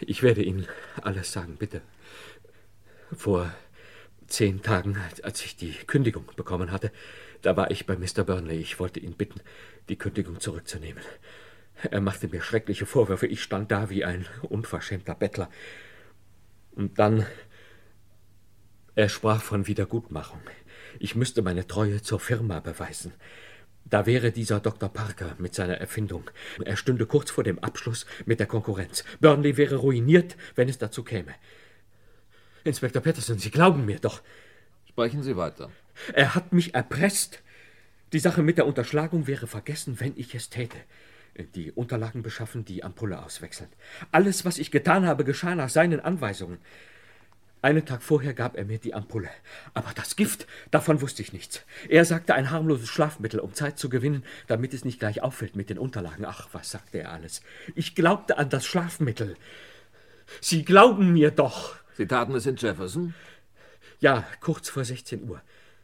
[SPEAKER 7] Ich werde Ihnen alles sagen, bitte. Vor zehn Tagen, als ich die Kündigung bekommen hatte, da war ich bei Mr. Burnley. Ich wollte ihn bitten, die Kündigung zurückzunehmen. Er machte mir schreckliche Vorwürfe. Ich stand da wie ein unverschämter Bettler. Und dann. Er sprach von Wiedergutmachung. Ich müsste meine Treue zur Firma beweisen. Da wäre dieser Dr. Parker mit seiner Erfindung. Er stünde kurz vor dem Abschluss mit der Konkurrenz. Burnley wäre ruiniert, wenn es dazu käme. Inspektor Patterson, Sie glauben mir doch.
[SPEAKER 9] Sprechen Sie weiter.
[SPEAKER 7] Er hat mich erpresst. Die Sache mit der Unterschlagung wäre vergessen, wenn ich es täte. Die Unterlagen beschaffen, die Ampulle auswechseln. Alles, was ich getan habe, geschah nach seinen Anweisungen. Einen Tag vorher gab er mir die Ampulle. Aber das Gift, davon wusste ich nichts. Er sagte ein harmloses Schlafmittel, um Zeit zu gewinnen, damit es nicht gleich auffällt mit den Unterlagen. Ach, was sagte er alles? Ich glaubte an das Schlafmittel. Sie glauben mir doch.
[SPEAKER 9] Sie taten es in Jefferson?
[SPEAKER 7] Ja, kurz vor 16 Uhr.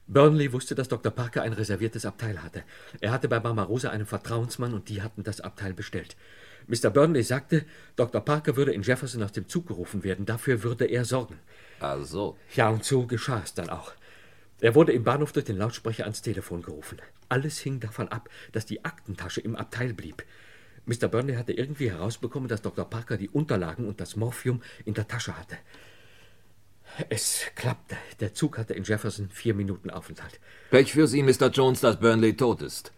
[SPEAKER 7] Burnley wusste, dass Dr. Parker ein reserviertes Abteil hatte. Er hatte bei Barbarossa einen Vertrauensmann und die hatten das Abteil bestellt. Mr. Burnley sagte, Dr. Parker würde in Jefferson aus dem Zug gerufen werden. Dafür würde er sorgen.
[SPEAKER 9] Ach so.
[SPEAKER 7] Ja, und so geschah es dann auch. Er wurde im Bahnhof durch den Lautsprecher ans Telefon gerufen. Alles hing davon ab, dass die Aktentasche im Abteil blieb. Mr. Burnley hatte irgendwie herausbekommen, dass Dr. Parker die Unterlagen und das Morphium in der Tasche hatte. Es klappte. Der Zug hatte in Jefferson vier Minuten Aufenthalt.
[SPEAKER 9] Pech für Sie, Mr. Jones, dass Burnley tot ist.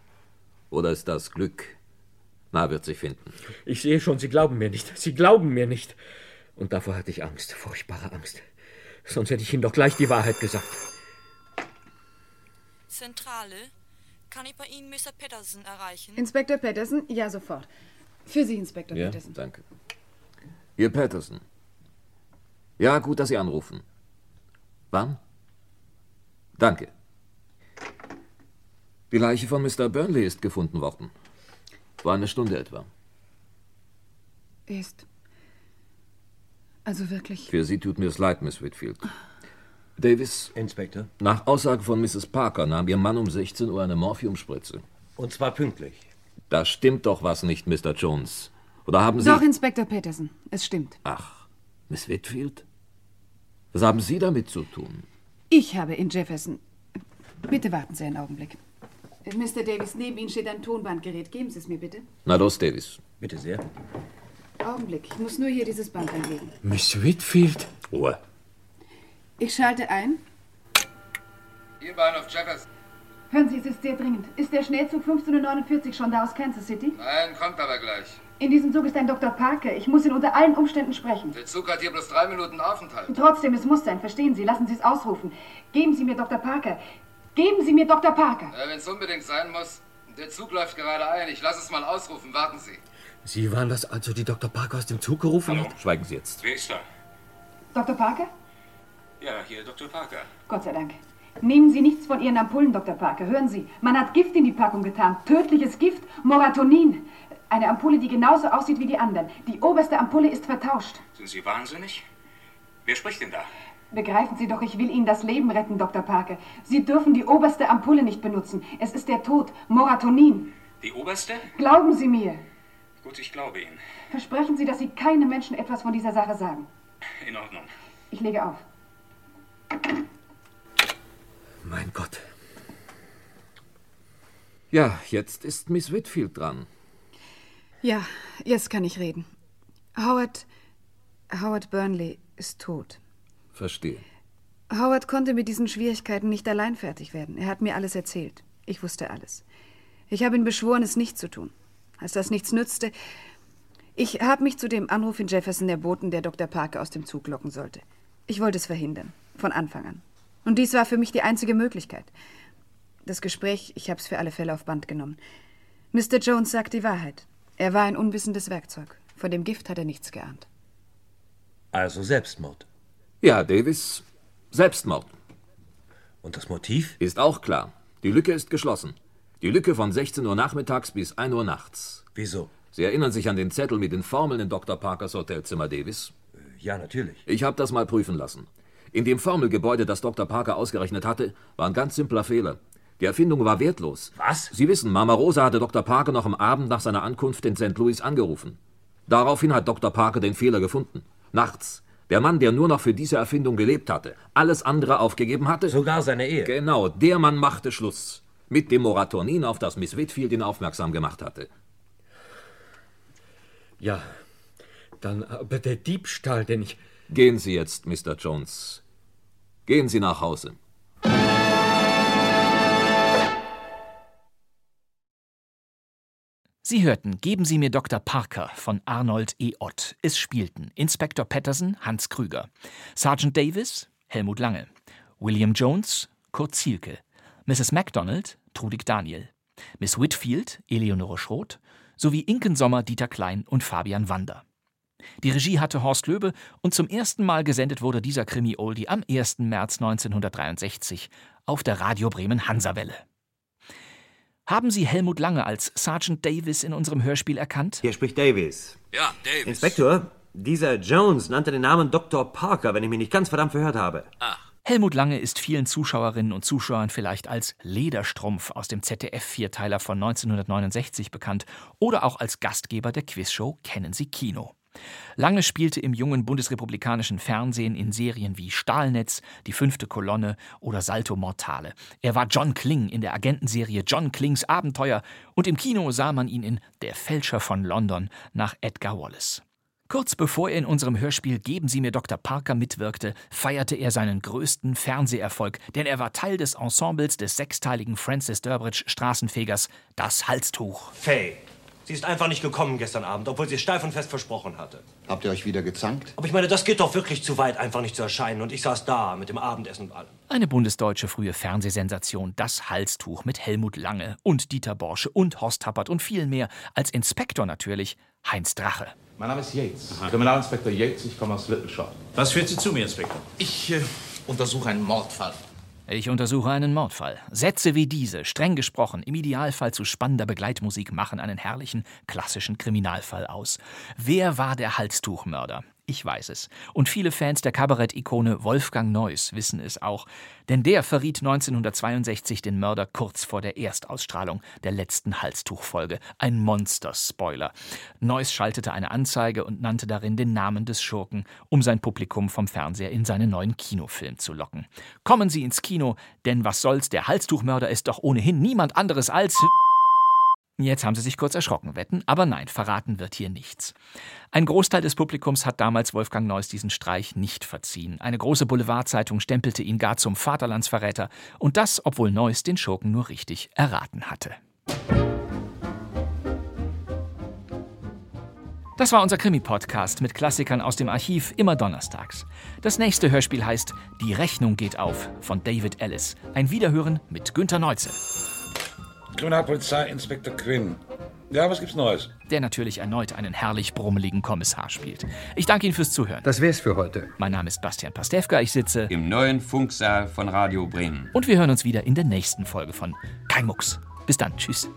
[SPEAKER 9] Oder ist das Glück? Na, wird sich finden.
[SPEAKER 7] Ich sehe schon, Sie glauben mir nicht. Sie glauben mir nicht. Und davor hatte ich Angst, furchtbare Angst. Sonst hätte ich Ihnen doch gleich die Wahrheit gesagt.
[SPEAKER 17] Zentrale, kann ich bei Ihnen Mr. Patterson erreichen?
[SPEAKER 13] Inspektor Patterson? Ja, sofort. Für Sie, Inspektor
[SPEAKER 9] Ja,
[SPEAKER 13] Patterson.
[SPEAKER 9] danke. Ihr Patterson. Ja, gut, dass Sie anrufen. Wann? Danke. Die Leiche von Mr. Burnley ist gefunden worden. War eine Stunde etwa.
[SPEAKER 13] Ist. Also wirklich.
[SPEAKER 9] Für Sie tut mir es leid, Miss Whitfield. Davis.
[SPEAKER 18] Inspektor.
[SPEAKER 9] Nach Aussage von Mrs. Parker nahm Ihr Mann um 16 Uhr eine Morphiumspritze.
[SPEAKER 18] Und zwar pünktlich.
[SPEAKER 9] Da stimmt doch was nicht, Mr. Jones. Oder haben Sie.
[SPEAKER 13] Doch, Inspektor Patterson. Es stimmt.
[SPEAKER 9] Ach, Miss Whitfield? Was haben Sie damit zu tun?
[SPEAKER 13] Ich habe in Jefferson. Bitte warten Sie einen Augenblick. Mr. Davis, neben Ihnen steht ein Tonbandgerät. Geben Sie es mir bitte.
[SPEAKER 9] Na los, Davis.
[SPEAKER 18] Bitte sehr.
[SPEAKER 13] Augenblick. Ich muss nur hier dieses Band anlegen.
[SPEAKER 9] Miss Whitfield? Ruhe.
[SPEAKER 13] Ich schalte ein.
[SPEAKER 19] Hier Bahnhof Jefferson.
[SPEAKER 13] Hören Sie, es ist sehr dringend. Ist der Schnellzug 1549 schon da aus Kansas City?
[SPEAKER 19] Nein, kommt aber gleich.
[SPEAKER 13] In diesem Zug ist ein Dr. Parker. Ich muss ihn unter allen Umständen sprechen.
[SPEAKER 19] Der Zug hat hier bloß drei Minuten Aufenthalt.
[SPEAKER 13] Trotzdem, es muss sein. Verstehen Sie? Lassen Sie es ausrufen. Geben Sie mir Dr. Parker. Geben Sie mir Dr. Parker.
[SPEAKER 19] Wenn es unbedingt sein muss. Der Zug läuft gerade ein. Ich lasse es mal ausrufen. Warten Sie.
[SPEAKER 7] Sie waren das also, die Dr. Parker aus dem Zug gerufen hat?
[SPEAKER 9] Schweigen Sie jetzt.
[SPEAKER 20] Wer ist da?
[SPEAKER 13] Dr. Parker?
[SPEAKER 20] Ja, hier Dr. Parker.
[SPEAKER 13] Gott sei Dank. Nehmen Sie nichts von Ihren Ampullen, Dr. Parker. Hören Sie, man hat Gift in die Packung getan. Tödliches Gift, Moratonin. Eine Ampulle, die genauso aussieht wie die anderen. Die oberste Ampulle ist vertauscht.
[SPEAKER 20] Sind Sie wahnsinnig? Wer spricht denn da?
[SPEAKER 13] Begreifen Sie doch, ich will Ihnen das Leben retten, Dr. Parker. Sie dürfen die oberste Ampulle nicht benutzen. Es ist der Tod, Moratonin.
[SPEAKER 20] Die Oberste?
[SPEAKER 13] Glauben Sie mir.
[SPEAKER 20] Gut, ich glaube Ihnen.
[SPEAKER 13] Versprechen Sie, dass Sie keinem Menschen etwas von dieser Sache sagen.
[SPEAKER 20] In Ordnung.
[SPEAKER 13] Ich lege auf.
[SPEAKER 7] Mein Gott.
[SPEAKER 9] Ja, jetzt ist Miss Whitfield dran.
[SPEAKER 13] Ja, jetzt kann ich reden. Howard. Howard Burnley ist tot.
[SPEAKER 9] Verstehe.
[SPEAKER 13] Howard konnte mit diesen Schwierigkeiten nicht allein fertig werden. Er hat mir alles erzählt. Ich wusste alles. Ich habe ihn beschworen, es nicht zu tun. Als das nichts nützte, ich habe mich zu dem Anruf in Jefferson erboten, der Dr. Parker aus dem Zug locken sollte. Ich wollte es verhindern, von Anfang an. Und dies war für mich die einzige Möglichkeit. Das Gespräch, ich habe es für alle Fälle auf Band genommen. Mr. Jones sagt die Wahrheit. Er war ein unwissendes Werkzeug. Von dem Gift hat er nichts geahnt.
[SPEAKER 18] Also Selbstmord.
[SPEAKER 9] Ja, Davis, Selbstmord.
[SPEAKER 18] Und das Motiv?
[SPEAKER 9] Ist auch klar. Die Lücke ist geschlossen. Die Lücke von 16 Uhr nachmittags bis 1 Uhr nachts.
[SPEAKER 18] Wieso?
[SPEAKER 9] Sie erinnern sich an den Zettel mit den Formeln in Dr. Parkers Hotelzimmer, Davis?
[SPEAKER 18] Ja, natürlich.
[SPEAKER 9] Ich habe das mal prüfen lassen. In dem Formelgebäude, das Dr. Parker ausgerechnet hatte, war ein ganz simpler Fehler. Die Erfindung war wertlos.
[SPEAKER 18] Was?
[SPEAKER 9] Sie wissen, Mama Rosa hatte Dr. Parker noch am Abend nach seiner Ankunft in St. Louis angerufen. Daraufhin hat Dr. Parker den Fehler gefunden. Nachts. Der Mann, der nur noch für diese Erfindung gelebt hatte, alles andere aufgegeben hatte.
[SPEAKER 18] Sogar seine Ehe.
[SPEAKER 9] Genau, der Mann machte Schluss. Mit dem Moratonin, auf das Miss Whitfield ihn aufmerksam gemacht hatte.
[SPEAKER 7] Ja, dann aber der Diebstahl, den ich.
[SPEAKER 9] Gehen Sie jetzt, Mr. Jones. Gehen Sie nach Hause.
[SPEAKER 2] Sie hörten Geben Sie mir Dr. Parker von Arnold E. Ott. Es spielten Inspektor Patterson, Hans Krüger, Sergeant Davis, Helmut Lange, William Jones, Kurt Zielke, Mrs. MacDonald, Trudig Daniel, Miss Whitfield, Eleonore Schroth, sowie Inken Sommer, Dieter Klein und Fabian Wander. Die Regie hatte Horst Löbe und zum ersten Mal gesendet wurde dieser Krimi-Oldie am 1. März 1963 auf der Radio Bremen Hansawelle. Haben Sie Helmut Lange als Sergeant Davis in unserem Hörspiel erkannt?
[SPEAKER 12] Hier spricht Davis.
[SPEAKER 14] Ja, Davis.
[SPEAKER 12] Inspektor, dieser Jones nannte den Namen Dr. Parker, wenn ich mich nicht ganz verdammt verhört habe.
[SPEAKER 21] Ah,
[SPEAKER 2] Helmut Lange ist vielen Zuschauerinnen und Zuschauern vielleicht als Lederstrumpf aus dem ZDF-Vierteiler von 1969 bekannt oder auch als Gastgeber der Quizshow Kennen Sie Kino. Lange spielte im jungen bundesrepublikanischen Fernsehen in Serien wie Stahlnetz, Die fünfte Kolonne oder Salto Mortale. Er war John Kling in der Agentenserie John Klings Abenteuer und im Kino sah man ihn in Der Fälscher von London nach Edgar Wallace. Kurz bevor er in unserem Hörspiel Geben Sie mir Dr. Parker mitwirkte, feierte er seinen größten Fernseherfolg, denn er war Teil des Ensembles des sechsteiligen Francis Durbridge Straßenfegers Das Halstuch.
[SPEAKER 21] Faye, sie ist einfach nicht gekommen gestern Abend, obwohl sie es steif und fest versprochen hatte.
[SPEAKER 22] Habt ihr euch wieder gezankt?
[SPEAKER 21] Aber ich meine, das geht doch wirklich zu weit, einfach nicht zu erscheinen. Und ich saß da mit dem Abendessen und allem.
[SPEAKER 2] Eine bundesdeutsche frühe Fernsehsensation, das Halstuch mit Helmut Lange und Dieter Borsche und Horst Tappert und viel mehr, als Inspektor natürlich Heinz Drache.
[SPEAKER 23] Mein Name ist Yates, Kriminalinspektor Yates, ich komme aus Littleshop. Was führt Sie zu mir, Inspektor? Ich äh, untersuche einen Mordfall.
[SPEAKER 2] Ich untersuche einen Mordfall. Sätze wie diese, streng gesprochen, im Idealfall zu spannender Begleitmusik, machen einen herrlichen, klassischen Kriminalfall aus. Wer war der Halstuchmörder? Ich weiß es. Und viele Fans der Kabarett-Ikone Wolfgang Neuss wissen es auch. Denn der verriet 1962 den Mörder kurz vor der Erstausstrahlung der letzten Halstuchfolge. Ein Monster-Spoiler. Neuss schaltete eine Anzeige und nannte darin den Namen des Schurken, um sein Publikum vom Fernseher in seinen neuen Kinofilm zu locken. Kommen Sie ins Kino, denn was soll's, der Halstuchmörder ist doch ohnehin niemand anderes als. Jetzt haben sie sich kurz erschrocken, wetten, aber nein, verraten wird hier nichts. Ein Großteil des Publikums hat damals Wolfgang Neuss diesen Streich nicht verziehen. Eine große Boulevardzeitung stempelte ihn gar zum Vaterlandsverräter und das, obwohl Neuss den Schurken nur richtig erraten hatte. Das war unser Krimi-Podcast mit Klassikern aus dem Archiv, immer donnerstags. Das nächste Hörspiel heißt Die Rechnung geht auf von David Ellis. Ein Wiederhören mit Günter Neuze.
[SPEAKER 24] Kriminalpolizeiinspektor Quinn. Ja, was gibt's Neues?
[SPEAKER 2] der natürlich erneut einen herrlich brummeligen Kommissar spielt. Ich danke Ihnen fürs Zuhören.
[SPEAKER 25] Das wär's für heute.
[SPEAKER 2] Mein Name ist Bastian Pastewka, ich sitze
[SPEAKER 26] im neuen Funksaal von Radio Bremen.
[SPEAKER 2] und wir hören uns wieder in der nächsten Folge von Kein Mucks. Bis dann, tschüss.